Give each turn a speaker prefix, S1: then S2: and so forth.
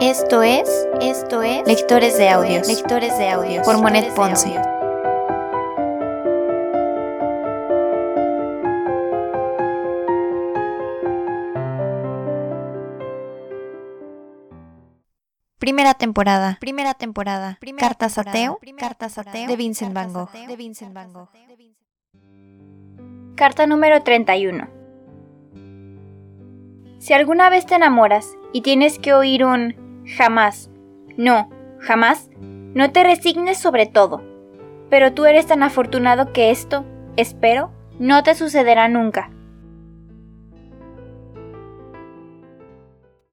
S1: Esto es, esto es Lectores de Audios, Lectores de Audios por Monet Ponce. Primera temporada, primera temporada, Cartas a Teo, Cartas a Teo de Vincent Van Gogh, de Vincent Van Gogh.
S2: Carta número 31. Si alguna vez te enamoras y tienes que oír un jamás, no, jamás, no te resignes sobre todo. Pero tú eres tan afortunado que esto, espero, no te sucederá nunca.